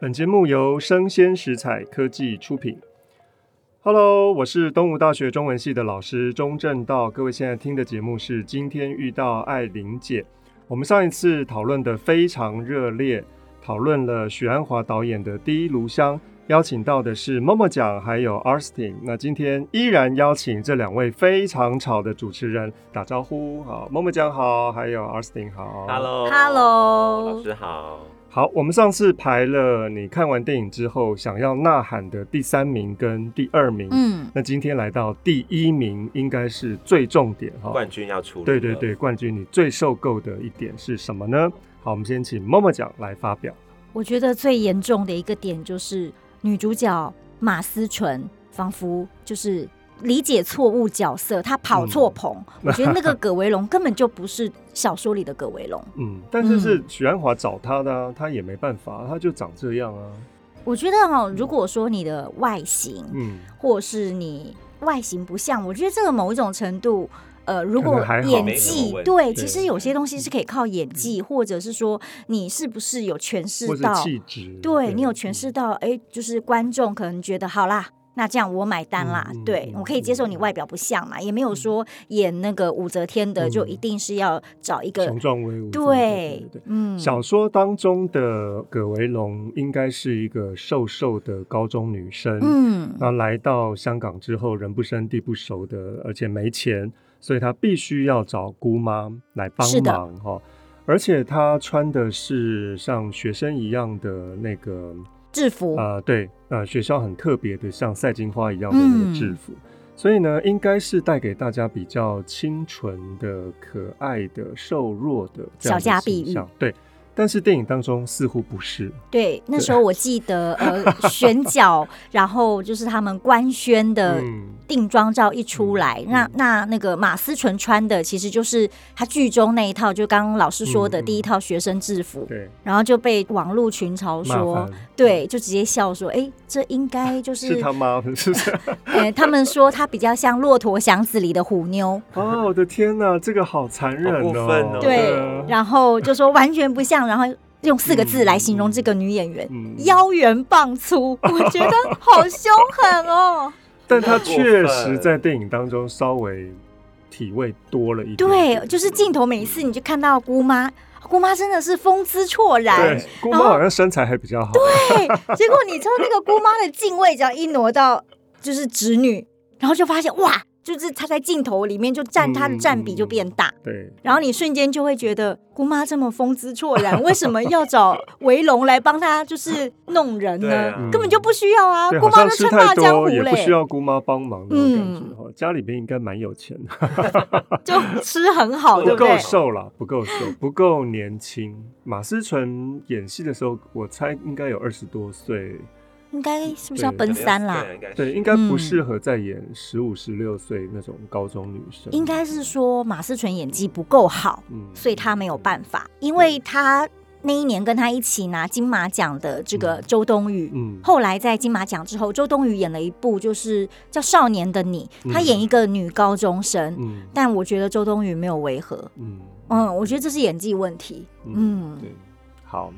本节目由生鲜食材科技出品。Hello，我是东吴大学中文系的老师钟正道。各位现在听的节目是《今天遇到艾琳姐》。我们上一次讨论的非常热烈，讨论了许鞍华导演的《第一炉香》，邀请到的是默默奖还有 Arstin。那今天依然邀请这两位非常吵的主持人打招呼。好，默默奖好，还有 Arstin 好。 Hello，, Hello 老师好。好，我们上次排了你看完电影之后想要呐喊的第三名跟第二名，嗯，那今天来到第一名，应该是最重点哈。冠军要出炉了对对，对，冠军你最受够的一点是什么呢？好，我们先请默默讲来发表。我觉得最严重的一个点就是女主角马思纯仿佛就是理解错误角色，她跑嗯错棚。我觉 得那个葛维龙根本就不是小说里的葛维龙。嗯，但是是许鞍华找他的、啊，他也没办法，他就长这样啊。我觉得哈、如果说你的外形，嗯，或是你外形不像，我觉得这个某一种程度，呃，如可果能还好演没什么技问题对，对其实有些东西嗯是可以靠演技，或者是说你是不是有诠释或是到气质，啊对你有诠嗯释到，哎、就是观众可能觉得好啦。那这样我买单啦，嗯嗯对嗯我可以接受你外表不像嘛，也没有说演那个武则天的、嗯就一定是要找一嗯个雄壮威武，对对对，嗯，小说当中的葛维龙应该是一个瘦瘦的高中女生，嗯那来到香港之后，人不生地不熟的，而且没钱，所以她必须要找姑妈来帮是的忙哈、哦。而且她穿的是像学生一样的那个，制服，呃，对，呃，学校很特别的，像赛金花一样的那嗯个制服。所以呢，应该是带给大家比较清纯的、可爱的、瘦弱的这样小的家碧形玉象对，但是电影当中似乎不是，对，那时候我记得呃选角，然后就是他们官宣的嗯，定妆照一出来，嗯那嗯那那个马思纯穿的其实就是他剧中那一套，就刚刚老师说嗯的嗯第一套学生制服，对，然后就被网络群嘲麻说烦，对，就直接笑说，哎、这应该就是是，他妈，是 不是？呃，他们说他比较像《骆驼祥子》里的虎妞，哦，我的天哪，这个好残忍好哦！过分哦对啊然后就说完全不像，然后用四个字来形容这个女演员，嗯，腰圆棒粗，我觉得好凶狠哦。但他确实在电影当中稍微体味多了一点。嗯对，就是镜头每一次你就看到姑妈，姑妈真的是风姿绰然对，，姑妈好像身材还比较好。对，结果你从那个姑妈的敬畏只要一挪到就是侄女，然后就发现哇，就是她在镜头里面就占她的占比就变大，对，然后你瞬间就会觉得姑妈这么风姿绰然， 为什么要找维龙来帮她就是弄人对呢？啊嗯根本就不需要啊，对，姑好像妈都吃称太霸江湖多也不需嘞，要姑妈帮忙那种感觉哈。家里面应该蛮有钱的，就吃很好，对 不不够对？瘦啦，不够瘦，不够年轻。马思纯演戏的时候，我猜应该有二十多岁，应该是不是要对奔对三啦？对，应该是对，应该不嗯适合再演十五、十六岁那种高中女生。应该是说马思纯演技不够好，嗯，所以他没有办法，因为他那一年跟他一起拿金马奖的这个嗯周冬雨。嗯，后来在金马奖之后，周冬雨演了一部就是叫《少年的你》，她嗯演一个女高中生，嗯但我觉得周冬雨没有违和，嗯嗯，我觉得这是演技问题，嗯，对，好，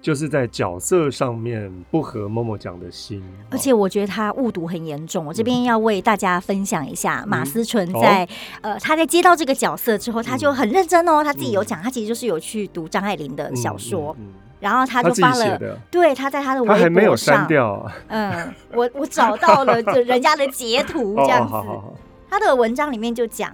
就是在角色上面不合默默讲的心，而且我觉得她误读很严重。我这边要为大家分享一下，马思纯哦在、呃，她在接到这个角色之后，她就很认真哦，她自己有嗯讲，她其实就是有去读张爱玲的嗯小说，，嗯嗯然后她他就自己发写了。的，对，她在她的微博他上，还没有删掉啊，嗯，我我找到了这人家的截图， 哦，这样好子。好好，他的文章里面就讲，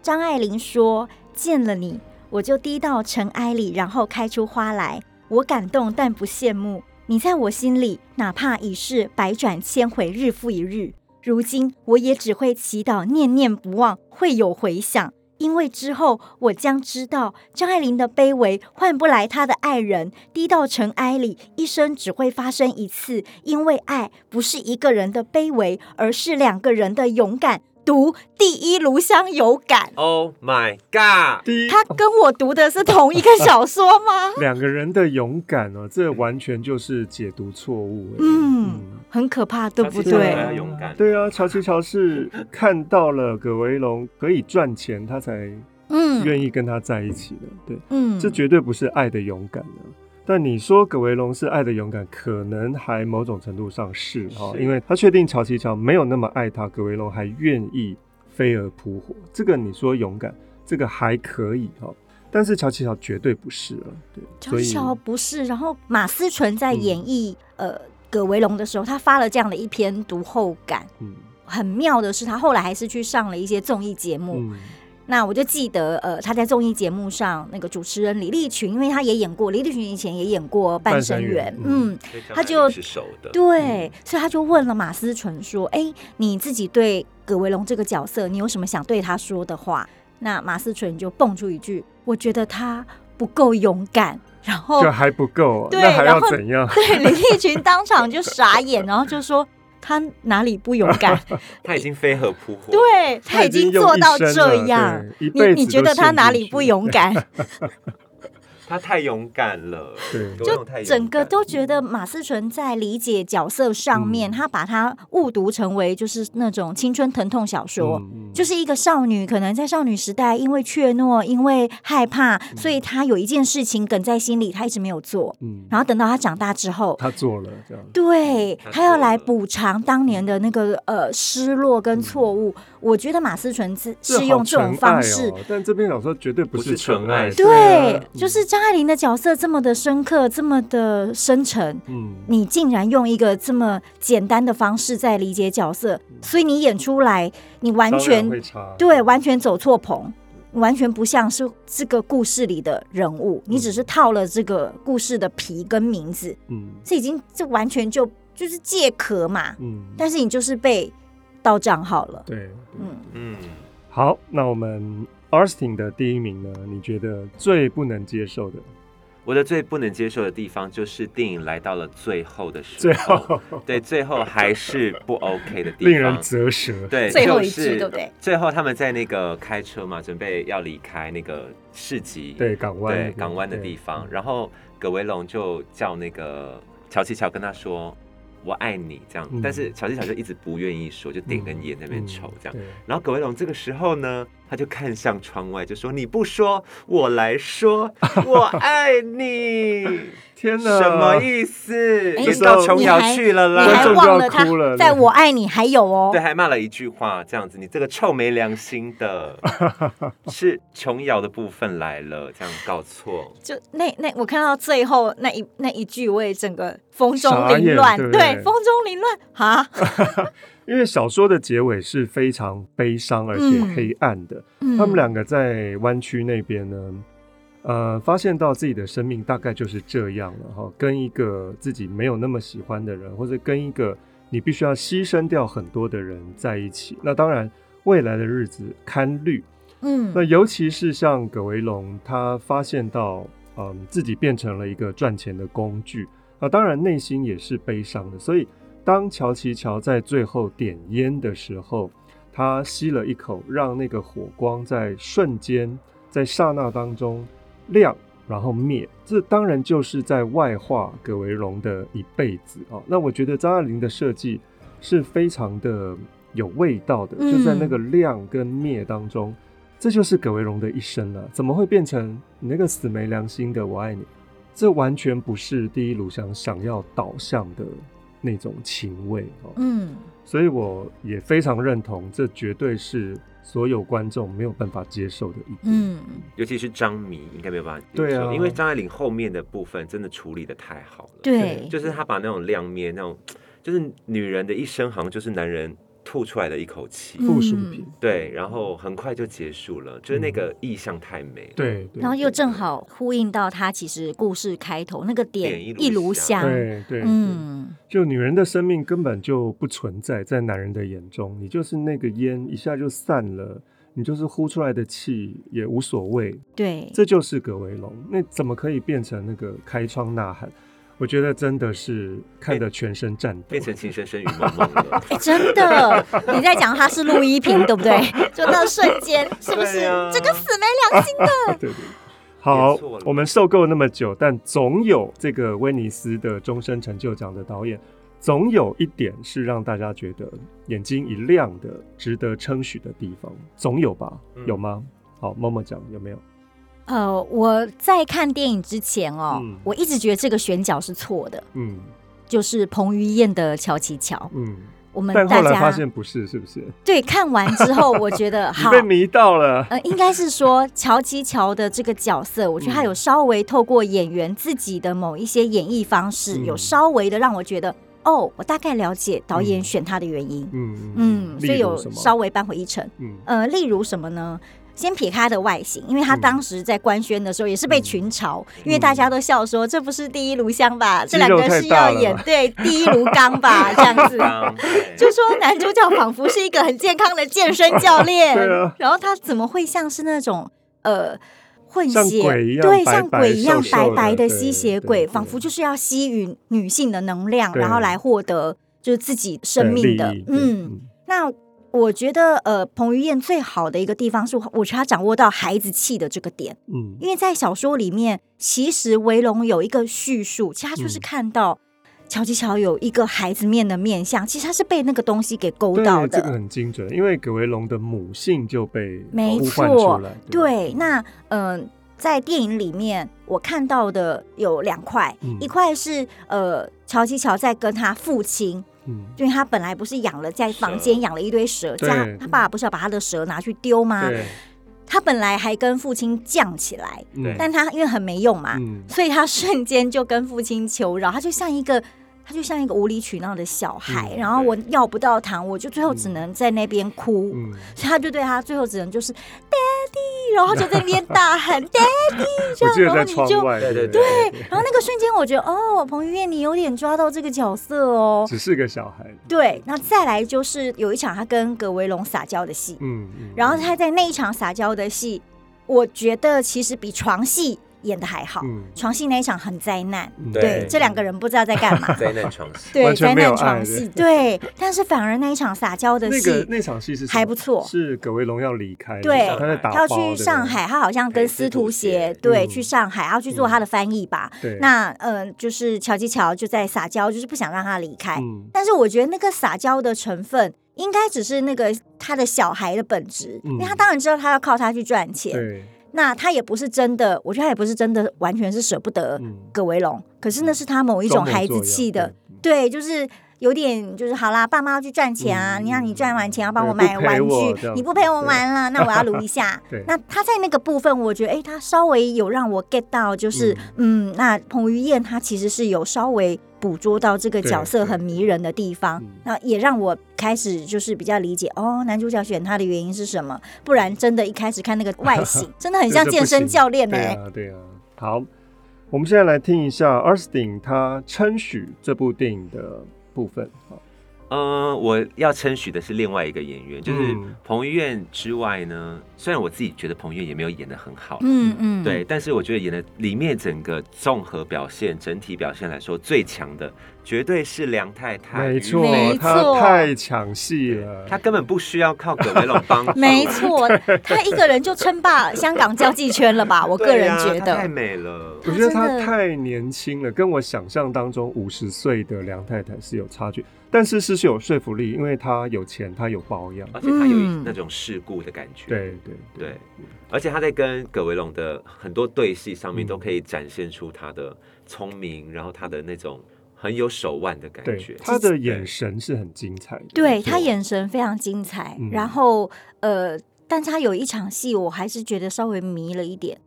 张爱玲说：“见了你，我就低到尘埃里，然后开出花来。我感动，但不羡慕。你在我心里，哪怕已是百转千回，日复一日。如今，我也只会祈祷，念念不忘，会有回响。”因为之后我将知道，张爱玲的卑微换不来她的爱人，低到尘埃里，一生只会发生一次。因为爱不是一个人的卑微，而是两个人的勇敢。读第一炉香有 感， Oh my God！第一。他跟我读的是同一个小说吗？两个人的勇敢哦，这完全就是解读错误。哎嗯，很可怕，对不其实我对们？要勇敢对啊，乔琪乔是看到了葛维龙可以赚钱，他才嗯愿意跟他在一起的。对，嗯这绝对不是爱的勇敢啊！但你说葛维龙是爱的勇敢，可能还某种程度上是哈，是因为他确定乔琪乔没有那么爱他，葛维龙还愿意飞蛾扑火，这个你说勇敢，这个还可以哈。但是乔琪乔绝对不是了，对，乔所以乔不是，然后马思纯在嗯演绎、呃葛维龙的时候，他发了这样的一篇读后感。嗯很妙的是，他后来还是去上了一些综艺节目。嗯那我就记得，呃，他在综艺节目上那个主持人李立群，因为他也演过，李立群以前也演过《半生缘》半生缘嗯嗯，所以张他爱就玲是熟的，对，所以他就问了马思纯说：“哎、你自己对葛维龙这个角色，你有什么想对他说的话？”那马思纯就蹦出一句：“我觉得他不够勇敢。”然后就还不够啊，哦对那还要然后怎样？ 对李立群当场就傻眼，然后就说：“他哪里不勇敢？他已经飞蛾 扑火，，对 他已经做到他已经用一这生了样。”，对一你辈子你觉都得他陷哪进去里哎不勇敢？ 他太勇敢了，对葛维龙太勇敢整个都觉得马思纯在理解角色上面，嗯他把它误读成为就是那种青春疼痛小说，嗯嗯就是一个少女，可能在少女时代，因为怯懦，因为害怕，所以她有一件事情梗在心里，她一直没有做。嗯，然后等到她长大之 后，他做了这样，对她她要做来了补偿当年的那个呃失落跟错误。我觉得马思纯是是用这种方式。嗯这好纯爱哦，但这篇小说绝对不不是是纯纯爱，嗯爱对对啊，就是张爱玲的角色这么的深刻，这么的深沉，嗯，你竟然用一个这么简单的方式在理解角色，所以你演出来，你完嗯当然全会差，对，完全走错棚，完全不像是这个故事里的人物，你只是套了这个故事的皮跟名字，嗯这已经这完全就就是借壳嘛，嗯，但是你就是被到账号了，对，嗯，嗯，好，那我们 Austin 的第一名呢？你觉得最不能接受的？我的最不能接受的地方就是电影来到了最后的时最候，后对，最后还是不 OK 的地方， 令人啧舌，对，最后就一句是对不对？最后他们在那个开车嘛，准备要离开那个市集，对，港湾对港湾的地嗯方，然后葛维龙就叫那个乔琪乔跟他说“我爱你”这样，嗯但是乔琪乔就一直不愿意说，就点嗯根烟在那边抽这样。样，然后葛维龙这个时候呢，他就看向窗外，就说：“你不说，我来说， 我爱你。”天哪，什么意思？哎演到琼瑶去了你啦！还啊观众就忘要了他哭了在我爱你还有哦对，，还骂了一句话，这样子，你这个臭没良心 的，是琼瑶的部分来了，这样搞错，就那那我看到最后那一那一句，我也整个风中傻眼凌乱，对不对风中凌乱哈，因为小说的结尾是非常悲伤而且嗯黑暗的，嗯他们两个在湾区那边呢，呃，发现到自己的生命大概就是这样了哈，跟一个自己没有那么喜欢的人，或者跟一个你必须要牺牲掉很多的人在一起。那当然，未来的日子堪虑。嗯那尤其是像葛维龙，他发现到，嗯，自己变成了一个赚钱的工具啊，当然内心也是悲伤的。所以，当乔琪乔在最后点烟的时候，他吸了一口，让那个火光在瞬间，在刹那当中亮，然后灭。这当然就是在外化葛维龙的一辈子啊。那我觉得张爱玲的设计是非常的有味道的，嗯就在那个亮跟灭当中。这就是葛维龙的一生了、怎么会变成你那个死没良心的“我爱你”？这完全不是第一炉香想要导向的那种情味哦。嗯。所以我也非常认同，这绝对是所有观众没有办法接受的一点。嗯尤其是张迷应该没有办法接受，对啊因为张爱玲后面的部分真的处理的太好了，，，对，就是她把那种亮面那种，就是女人的一生好像就是男人吐出来的一口气，嗯附属品，对，然后很快就结束了，就是那个意象太美了，对，对然后又正好呼应到他其实故事开头那个点点一一炉炉香，香对对，嗯，嗯，就女人的生命根本就不存在在男人的眼中，你就是那个烟，一下就散了，你就是呼出来的气也无所谓，对，这就是葛维龙，那怎么可以变成那个开窗呐喊？我觉得真的是看得全身颤抖变。成情深深雨蒙蒙 了，哎，真的， 你在讲他是陆一平对不对？ 就那瞬间，是不是对啊这个死没良心的？ 对对。好也错了，我们受够那么久，但总有这个威尼斯的终身成就奖的导演，总有一点是让大家觉得眼睛一亮的、值得称许的地方，总有吧？嗯有吗？好，默默讲有没有？呃，我在看电影之前哦，嗯我一直觉得这个选角是错的，嗯就是彭于晏的乔琪乔。嗯，我们但大后来家发现不是，是不是？你对看完之 后，我觉得好，被迷到了。呃，应该是说乔琪乔的这个角色，我觉得嗯他有稍微透过演员自己的某一些演绎方式，嗯有稍微的让我觉得，哦，我大概了解导演嗯选他的原因，嗯嗯，所以例如有什么稍微扳回一城。嗯呃，例如什么呢？先撇开他的外形，因为他嗯当时在官宣的时候也是被群嘲，因为大家都笑说这不是第一炉香吧，肌这两肉个太是大要了演吧对第一炉刚吧这样子。刚啊对就说男主角仿佛是一个很健康的健身教练，对啊然后他怎么会像是那种呃混像血，鬼一样对，白像白鬼一样瘦白瘦白的对的吸血对对鬼，仿佛就是要吸引女性的能量，对然后来获得就是自己生命的对利益，对嗯。那我觉得，呃，彭于晏最好的一个地方是，我觉得他掌握到孩子气的这个点，嗯因为在小说里面，其实维龙有一个叙述，其实他就是嗯看到乔吉乔有一个孩子面的面相，其实他是被那个东西给勾对，到这的。个很精准，因为葛维龙的母性就被没呼唤错出来。对，那嗯、呃在电影里面我看到的有两块，嗯一块是呃乔吉乔在跟他父亲，嗯，因为他本来不是养了在房蛇间养了一堆蛇，对家他爸爸不是要把他的蛇拿去丢吗？对，他本来还跟父亲犟起来，嗯但他因为很没用嘛，嗯所以他瞬间就跟父亲求饶，他就像一个。他就像一个无理取闹的小孩，嗯然后对我要不到糖，我就最后只能在那边哭，嗯，所以他就对他最后只能就是 daddy，然后他就在那边 大喊 daddy，这我样，记得然后在你窗就，外，对对对对然后那个瞬间我觉得哦，彭于晏你有点抓到这个角色哦，只是个小孩。对，那再来就是有一场他跟葛维龙撒娇的戏，嗯，嗯然后他在那一场撒娇的戏，我觉得其实比床戏演的还好。嗯床戏那一场很灾难，嗯对，对，这两个人不知道在干嘛灾难床戏， 对，完全灾没有难床爱戏，对，但是反而那一场撒娇的那戏个那场戏是什么还不错是葛维龙要离开，对他在打他要包去上，海，他好像跟陪司司徒徒协协对嗯去上海，要去做他的翻译吧。对不对，对那嗯、呃就是乔吉乔就在撒娇，就是不想让他离开。嗯但是我觉得那个撒娇的成分，应该只是那个他的小孩的本质，因为他嗯当然知道他要靠他去赚钱，对，那他也不是真的，我觉得他也不是真的完全是舍不得嗯，葛维龙，可是那是他某一种装模孩作子样气的，，对对，就是有点就是好啦，爸妈要去赚钱啊，嗯你让你赚完钱要帮对我不买陪玩我具这，样你子不陪我对玩了，那我要撸一下对。那他在那个部分，我觉得哎、诶他稍微有让我 get 到，就是嗯那彭于晏他其实是有稍微捕捉到这个角对色对很迷人的地方嗯，那也让我开始就是比较理解哦，男主角选他的原因是什么？不然真的一开始看那个 外形，真的很像这健不身行教练欸呢、对啊，对啊。好，我们现在来听一下 Austin 他称许这部电影的部分。好嗯，我要称许的是另外一个演员，就是嗯彭于晏之外呢，虽然我自己觉得彭于晏也没有演的很好，嗯嗯，对，但是我觉得演的里面整个综合表现、整体表现来说，最强的绝对是梁太太，没错没，他错太抢戏了。她根本不需要靠葛维龙帮助， 没错，他一个人就称霸香港交际圈了吧？我个对人呀觉她得，太美了。我觉得她哦真的太年轻了，跟我想象当中五十岁的梁太太是有差距，但是是是有说服力，因为她有钱，她有保养。而且她有一嗯那种世故的感觉，对对对，而且她在跟葛维龙的很多对戏上面嗯都可以展现出她的聪明，然后她的那种很有手腕的感觉对，。她的眼神是很精彩的。对没错他，眼神非常精彩。嗯然后呃，但他有一场戏，我还是觉得稍微迷了一点，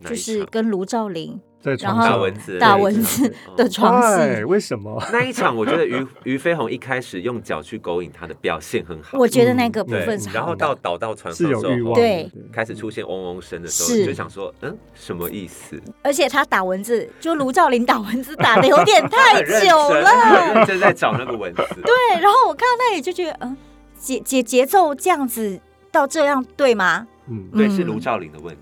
哪就一是场跟卢兆林在床然上打后蚊子，打对蚊这子样哦的床戏。哎为什么？那一场，我觉得于于飞鸿一开始用脚去勾引他的表现很好，我觉得那个部对分是，然好后的，到倒到船是上有之后欲望的。对开始出现嗡嗡声的时候，是你就想说，嗯，什么意思？而且他打蚊子，就卢兆林打蚊子打的有点太很认真久了， 很认真在找那个蚊子。对，然后我看到那里就觉得，嗯，节节节奏这样子到这样对吗？嗯，对，嗯是卢兆林的问题。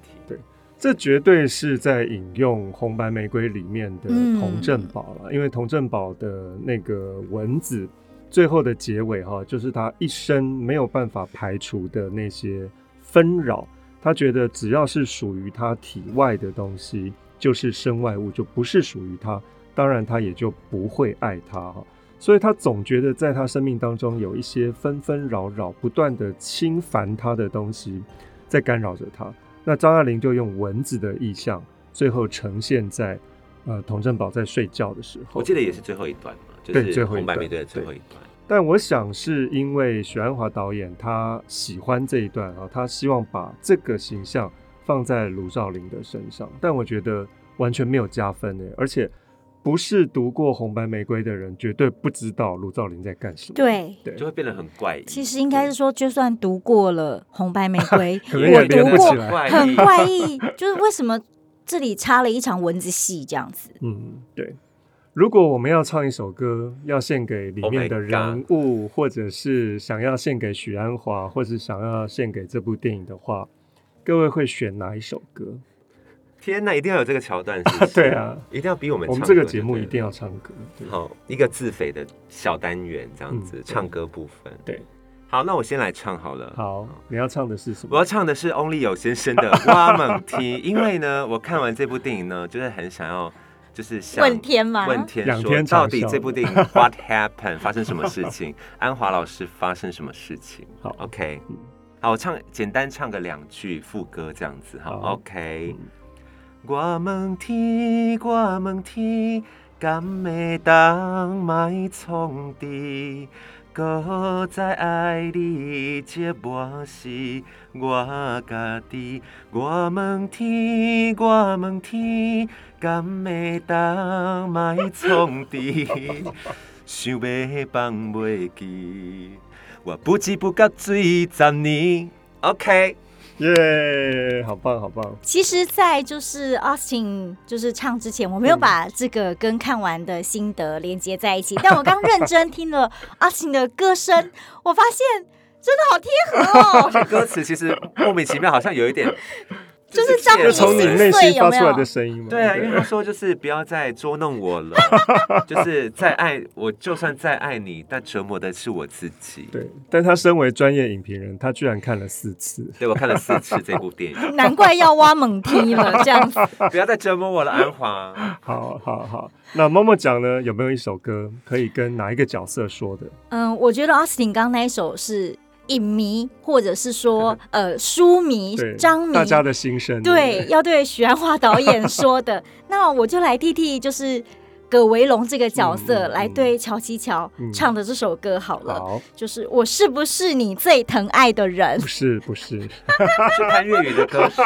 这绝对是在引用《红白玫瑰》里面的嗯童振宝了，因为童振宝的那个蚊子最后的结尾哈，就是他一生没有办法排除的那些纷扰。他觉得只要是属于他体外的东西，就是身外物，就不是属于他，当然他也就不会爱他哈。所以他总觉得在他生命当中有一些纷纷扰扰、不断的侵烦他的东西在干扰着他。那张爱玲就用蚊子的意象，最后呈现在呃童振宝在睡觉的时候。我记得也是最后一段嘛，就对是最后一红白段梅队的最对后一段。但我想是因为许鞍华导演他喜欢这一段啊，他希望把这个形象放在卢照邻的身上，但我觉得完全没有加分诶，而且不是读过《红白玫瑰》的人绝对不知道卢照邻在干什么。对，对就会变得很怪异。其实应该是说，就算读过了《红白玫瑰嗯 可》，能也我连读不起过，来 很怪异，就是为什么这里插了一场蚊子戏这样子？嗯，对。如果我们要唱一首歌，要献给里 Oh my 面的人物或者是想要献给许鞍华，或是想要献给这部电影的话，各位会选哪一首歌？天哪，一定要有这个桥段，是不 是对啊，一定要逼我们。我们这个节目一定要。唱歌。对好，一个自肥的小单元这样子，嗯对唱歌部分。对，好，那我先来唱好了。好，你要唱的是什我要么？唱的是 Only 有先生的 《蛙猛踢》，因为呢，我看完这部电影呢，就是很想要，就是想问天吗？问天仰说，天长到底啸这部电影 What happened 发生什么事 情？安华老师发生什么事情？好，OK，嗯好，我唱简单唱个两句副歌这样子哈好，OK 嗯。我问天，我问天，敢会当卖创治？搁再爱你，这我是我家己。我问天，我问天，敢会当卖创治？ 想要放袂记，我不知不觉醉十年。OK，耶，好棒，好棒！其实，在就是 Austin 就是唱之前，我嗯没有把这个跟看完的心得连接在一起，但我刚 认真听了 Austin 的歌声，我发现真的好贴合哦。 歌词其实莫名其妙，好像有一点，就是张介力就入从你心内碎心有发没出来有的？声音嘛。对啊，因为他说就是不要再捉弄我了，就是再爱我，就算再爱你，但折磨的是我自己。对，但他身为专业影评人，他居然看了四次。对，我看了四次这部电影，难怪要挖猛踢了，这样子。不要再折磨我了，安华。好好好，那默默讲呢，有没有一首歌可以跟哪一个角色说的？嗯，我觉得 Austin 刚刚那一首是影迷，或者 是说呃书迷、对，张迷，大家的心声。对，要对许鞍华导演说 的。那我就来替替，就是葛维龙这个角色、嗯嗯来对乔七乔嗯唱的这首歌好不对，了，好，就是我是不是你最疼爱的 人不？是不 是，去看粤语的歌手，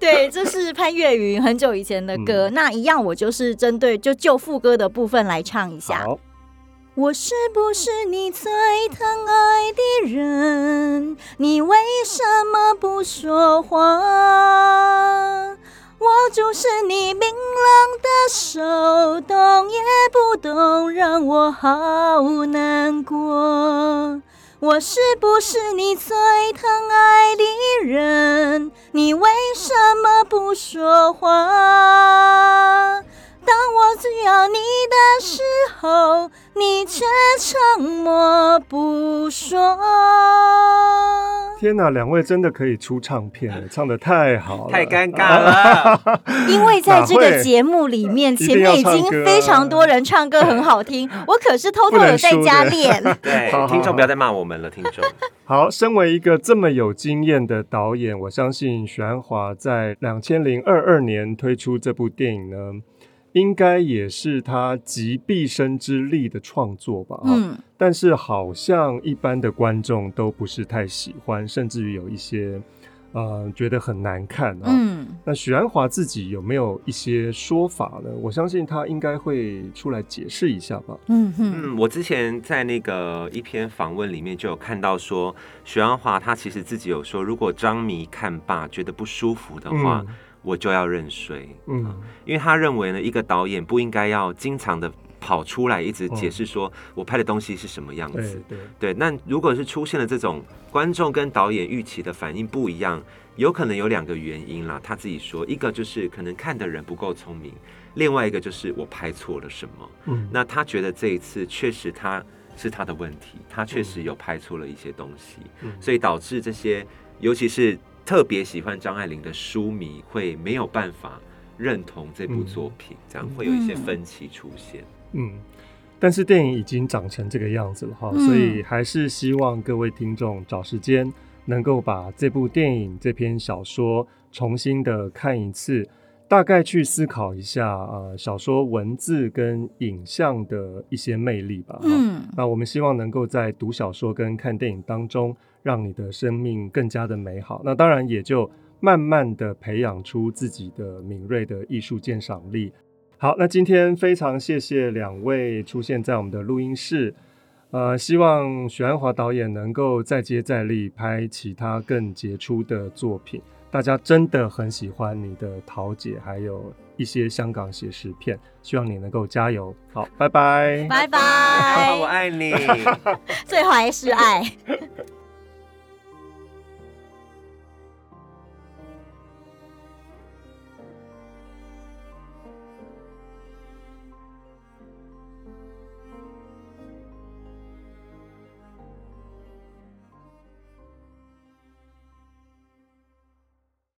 对，这是潘越云很久以前的歌。嗯那一样，我就是针对就就副歌的部分来唱一下。好，我是不是你最疼爱的人？你为什么不说话？我就是你冰冷的手，动也不动，让我好难过。我是不是你最疼爱的人？你为什么不说话？当我需要你的时候，你却沉默不说。天哪，两位真的可以出唱片了，唱的太好了，太尴尬了。因为在这哪个会节目里面，定前面已要唱经歌啊非常多人唱歌很 好听，我可是偷偷不的能在输的家 练。对好好，好听众不要再骂我们了，听众。 好，身为一个这么有经验的导演，我相信许鞍华在两千零二二年推出这部电影呢，应该也是他集毕生之力的创作吧。嗯，嗯，但是好像一般的观众都不是太喜欢，甚至于有一些呃觉得很难看啊。嗯，那许鞍华自己有没有一些说法呢？我相信他应该会出来解释一下吧。嗯哼，嗯，我之前在那个一篇访问里面就有看到说，许鞍华他其实自己有说，如果张迷看罢觉得不舒服的话，我就要认输。嗯，因为他认为呢，一个导演不应该要经常的跑出来一直解释说我拍的东西是什么样对子。对，嗯对，那如果是出现了这种观众跟导演预期的反应不一样，有可能有两个原因啦。他自己说，一个就是可能看的人不够聪明，另外一个就是我拍错了什么。嗯，那他觉得这一次确实他是他的问题，他确实有拍出了一些东西，嗯所以导致这些，尤其是特别喜欢张爱玲的书迷会没有办法认同这部作品，这样会有一些分歧出现。嗯，但是电影已经长成这个样子了哈，嗯所以还是希望各位听众找时间能够把这部电影、这篇小说，重新的看一次，大概去思考一下呃小说文字跟影像的一些魅力吧。哈嗯，那我们希望能够在读小说跟看电影当中，让你的生命更加的美好。那当然也就慢慢的培养出自己的敏锐的艺术鉴赏力。好，那今天非常谢谢两位出现在我们的录音室。呃，希望许鞍华导演能够再接再厉，拍其他更杰出的作品。大家真的很喜欢你的桃姐，还有一些香港写实片，希望你能够加油。好，拜拜。 拜好好，我拜，爱你。最怀是爱。